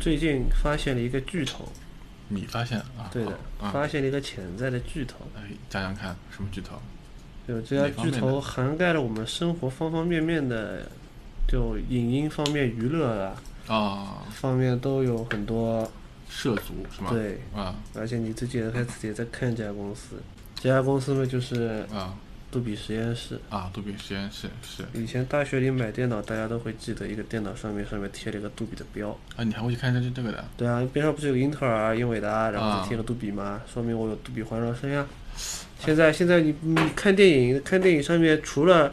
最近发现了一个巨头，你发现啊？对的，好啊，发现了一个潜在的巨头。来讲讲看什么巨头？就这家哪方巨面头呢涵盖了我们生活方方面面的，就影音方面、娱乐啊啊，方面都有很多。涉足是吗？对，啊而且你最近也开始也在看这家公司，这家公司呢就是啊杜比实验室。啊！杜比实验室是以前大学里买电脑，大家都会记得一个电脑上面上面贴了一个杜比的标。啊，你还会去看这这这个的？对啊，边上不是有英特尔啊、英伟达啊，然后啊再贴个杜比吗？说明我有杜比环绕声呀。现在现在你你看电影，看电影上面除了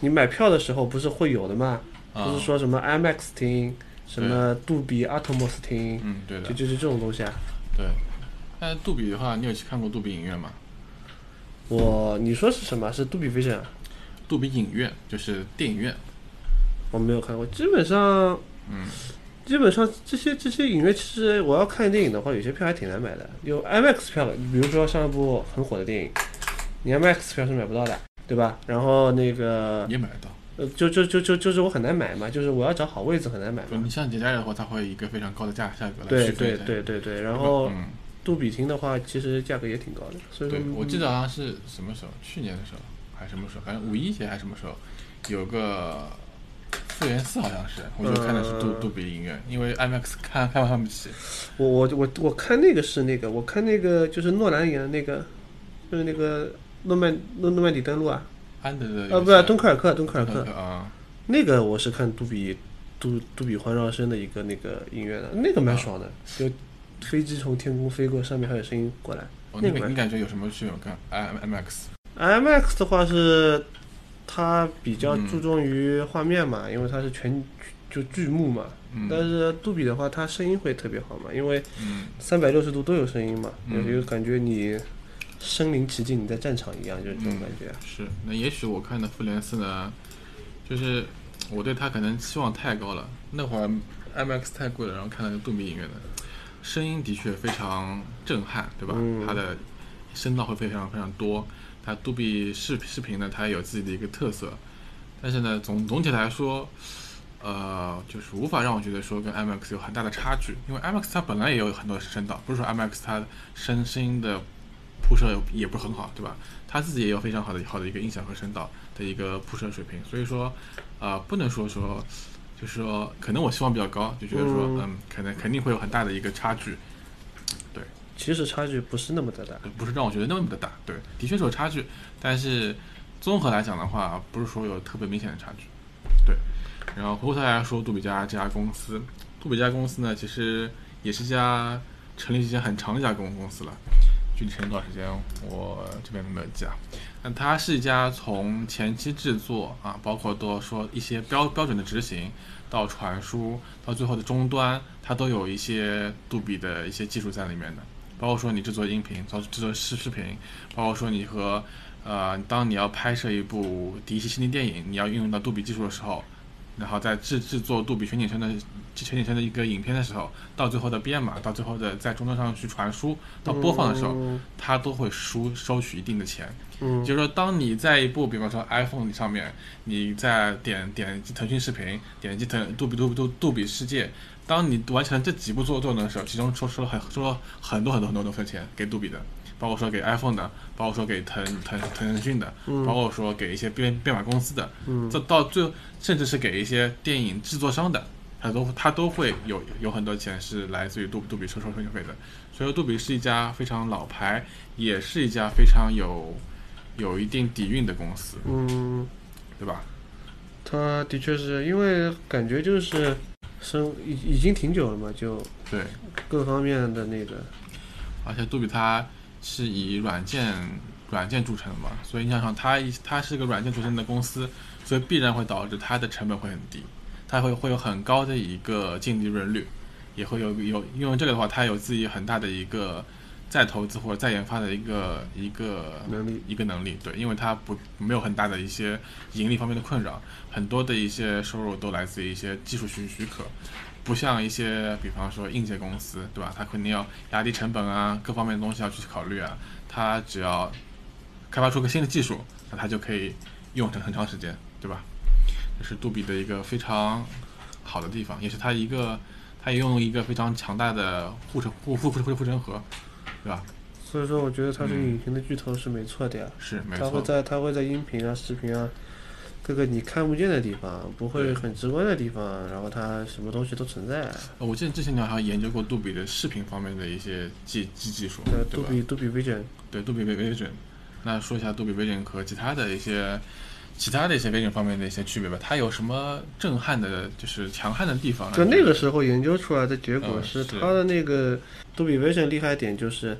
你买票的时候不是会有的嘛？啊不是说什么 IMAX 厅，什么杜比 Atmos 厅，嗯，对的就，就是这种东西啊。对。那杜比的话，你有去看过杜比影院吗？我你说是什么？是杜比 Vision？啊杜比影院就是电影院，我没有看过，基本上，嗯，基本上这些这些影院，其实我要看电影的话，有些票还挺难买的。有 IMAX 票，比如说上一部很火的电影，你 IMAX 票是买不到的，对吧？然后那个，也买得到。呃，就就就就就是我很难买嘛，就是我要找好位置很难买就嘛。你像节假日的话，它会以一个非常高的价价格来对区分对一下。对对对，然嗯后嗯，杜比厅的话，其实价格也挺高的，所以说对，我记嗯得好像是什么时候，去年的时候还是什么时候，反正五一节还是什么时候，有个复原四好像是，我就看的是杜、嗯杜比影院，因为 IMAX 看看看不起。我我我我看那个是那个，我看那个就是诺兰演的那个，就是那个诺曼诺诺曼底登陆啊，安德的啊不是敦刻尔克，敦刻尔敦克。啊，那个我是看杜比杜杜比环绕声的一个那个音乐的，那个蛮爽的，啊就飞机从天空飞过，上面还有声音过来。哦，那你个感你感觉有什么区别跟 I IMAX？ IMAX 的话是它比较嗯注重于画面嘛，因为它是全就剧目嘛。嗯但是杜比的话，它声音会特别好嘛，因为嗯三百六十度都有声音嘛，嗯有有感觉你身临其境，你在战场一样，就是这种嗯感觉。是，那也许我看的复联四呢，就是我对它可能期望太高了，那会儿 IMAX 太贵了，然后看了个杜比影院的，声音的确非常震撼，对吧？嗯它的声道会非常非常多，它杜比视视频呢，它也有自己的一个特色，但是呢，总总体来说。呃，就是无法让我觉得说跟 IMAX 有很大的差距，因为 IMAX 它本来也有很多声道，不是说 IMAX 它声声音的铺设也不是很好，对吧？他自己也有非常好的好的一个音响和声道的一个铺设水平，所以说，呃，不能说说，就是说，可能我希望比较高，就觉得说，嗯嗯，可能肯定会有很大的一个差距，其实差距不是那么的大。对不是让我觉得那么的大，对，的确是有差距，但是综合来讲的话，不是说有特别明显的差距，对。然后回过头来说，杜比家这家公司，杜比这家公司呢，其实也是一家成立时间很长的一家公公司了，具体成立多少时间我这边没有记啊。那它是一家从前期制作啊，包括多说一些标标准的执行，到传输，到最后的终端，它都有一些杜比的一些技术在里面的。包括说你制作音频，包括制作视视频，包括说你和呃，当你要拍摄一部迪士尼电影，你要运用到杜比技术的时候，然后在制制作杜比全景声的全景声的一个影片的时候，到最后的编码，到最后的在终端上去传输到播放的时候，嗯它都会收收取一定的钱。嗯，就是说，当你在一部比方说 iPhone 上面，你在点点击腾讯视频，点击腾杜比杜比杜杜比世界，当你完成这几步做动作的时候，其中收收了很收了很多很多很多很多钱给杜比的，包括说给 iPhone 的，包括说给腾腾腾讯的，嗯包括说给一些编编码公司的，嗯这到最后甚至是给一些电影制作商的，它都它都会有有很多钱是来自于杜杜比收收收费的，所以说杜比是一家非常老牌，也是一家非常有有一定底蕴的公司，嗯。对吧？他的确是因为感觉就是生已已经挺久了嘛，就对，各方面的那个，而且杜比它是以软件软件著称的嘛，所以你想想它一它是个软件著称的公司，所以必然会导致它的成本会很低，它会会有很高的一个净利润率，也会有有因为这个的话，它有自己很大的一个再投资或者再研发的一个一个能力一个能力，对，因为它不没有很大的一些盈利方面的困扰，很多的一些收入都来自于一些技术许许可，不像一些比方说硬件公司，对吧？它肯定要压低成本啊，各方面的东西要去考虑啊。它只要开发出个新的技术，那它就可以用成很长时间，对吧？这是杜比的一个非常好的地方，也是它一个，它也用一个非常强大的护城护护护护护城河，对吧？所以说我觉得它这个嗯隐形的巨头是没错的呀。是没它错会，在它会在音频啊、视频啊各个你看不见的地方，不会对很直观的地方，然后它什么东西都存在。啊呃我记得之前你好像研究过杜比的视频方面的一些技技技术，呃，对杜吧？比杜比 Vision，对杜比 Vision，那说一下杜比 Vision 和其他的一些其他的一些 Vision 方面的一些区别吧。它有什么震撼的，就是强悍的地方？啊就那个时候研究出来的结果哎嗯是，是它的那个杜比 Vision 厉害点就是，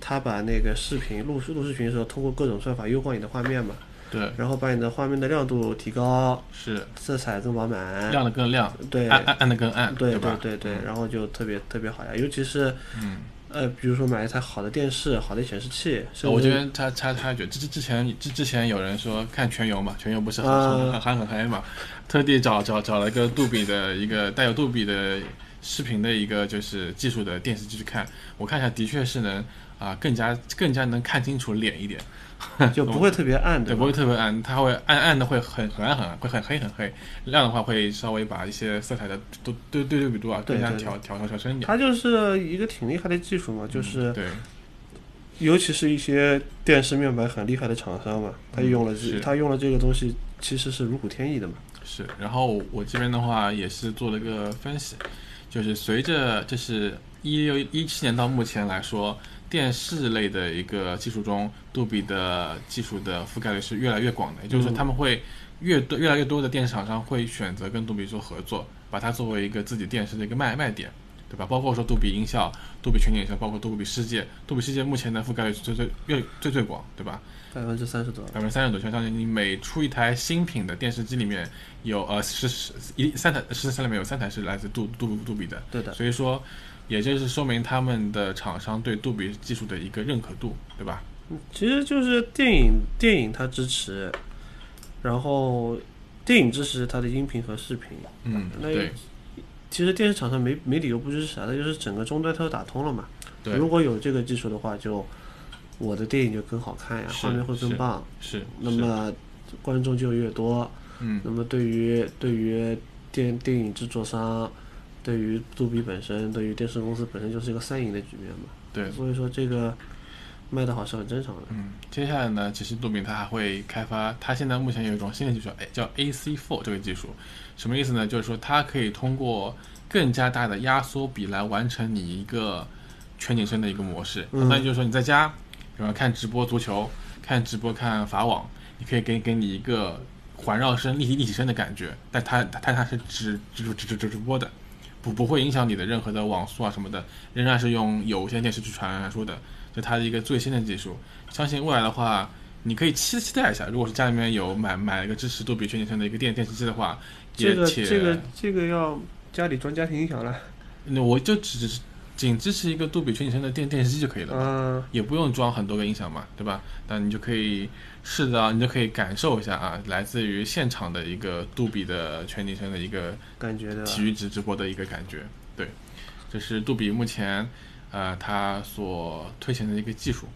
它把那个视频录录视频的时候，通过各种算法优化你的画面嘛，对，然后把你的画面的亮度提高，是色彩更饱满，亮的更亮，对暗暗暗的更暗，对对吧？对对，然后就特别特别好呀，尤其是嗯，呃，比如说买一台好的电视、好的显示器，甚哦我这至边插插插一句，之之之前之之前有人说看全游嘛，全游不是很啊很很很很黑嘛，特地找找找了一个杜比的一个带有杜比的视频的一个就是技术的电视剧去看，我看一下的确是能啊、更加更加能看清楚脸一点。就不会特别暗，嗯对，对不吧会？特别暗，它会暗暗的会很很暗很暗，会很黑很黑。亮的话会稍微把一些色彩的都对对对比度啊对更加对对调调调调深一点。它就是一个挺厉害的技术嘛，嗯就是对尤其是一些电视面板很厉害的厂商嘛，他用了嗯是这他用了这个东西，其实是如虎添翼的嘛。是，然后我这边的话也是做了个分析，就是随着就是一六一七年到目前来说，电视类的一个技术中，杜比的技术的覆盖率是越来越广的，也就是说他们会越多越来越多的电视厂商会选择跟杜比做合作，把它作为一个自己电视的一个卖卖点。对吧？包括说杜比音效、杜比全景音效，包括杜比世界，杜比世界目前的覆盖率是最最越最最广，对吧？百分之三十多，百分之三十左右，相当于你每出一台新品的电视机里面有呃十十一三台十台里面有三台是来自杜杜杜比的，对的，所以说也就是说明他们的厂商对杜比技术的一个认可度，对吧？其实就是电影电影它支持，然后电影支持它的音频和视频。嗯，那对其实电视厂商没没理由不支持啊，它就是整个终端它都打通了嘛。对如果有这个技术的话，就我的电影就更好看呀，是画面会更是棒，是，那是么观众就越多。嗯那么对于对于电电影制作商，对于杜比本身，对于电视公司本身就是一个三赢的局面嘛。对所以说这个卖得好是很正常的。嗯，接下来呢，其实杜比它还会开发，它现在目前有一种新的技术，哎，叫 AC4 这个技术，什么意思呢？就是说它可以通过更加大的压缩比来完成你一个全景声的一个模式。嗯那也就是说你在家，比方看直播足球，看直播看法网，你可以给给你一个环绕声、立体立体声的感觉，但它它它它是直直直直直直播的，不不会影响你的任何的网速啊什么的，仍然是用有线电视去传输的，这它的一个最新的技术。相信未来的话，你可以期期待一下，如果是家里面有买买了一个支持杜比全景声的一个电电视机的话，也这个且这个这个要家里装家庭音响了。那我就只只仅支持一个杜比全景声的电电视机就可以了嘛。嗯，也不用装很多个音响嘛，对吧？那你就可以试着，啊你就可以感受一下啊，来自于现场的一个杜比的全景声的一个感觉对吧？体育直直播的一个感觉。对，这是杜比目前呃它所推行的一个技术。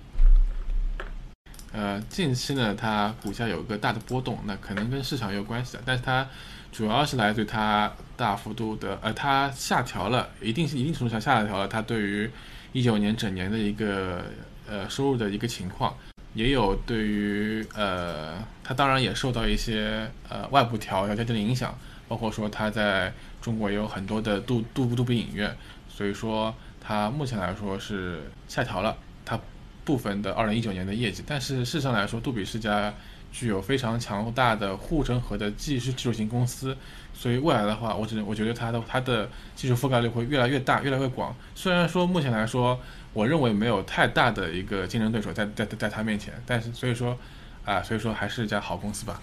呃，近期呢，它股价有一个大的波动，那可能跟市场有关系啊的，但是它主要是来自于它大幅度的，呃，它下调了，一定是一定程度上下调了它对于一九年整年的一个呃收入的一个情况，也有对于呃，它当然也受到一些呃外部调条件的影响，包括说它在中国也有很多的杜杜杜比影院，所以说它目前来说是下调了它部分的二零一九年的业绩，但是事实上来说，杜比世家具有非常强大的护城河的技术技术型公司，所以未来的话，我只能我觉得它的它的技术覆盖率会越来越大，越来越广。虽然说目前来说，我认为没有太大的一个竞争对手在在在在它面前，但是所以说啊、所以说还是一家好公司吧。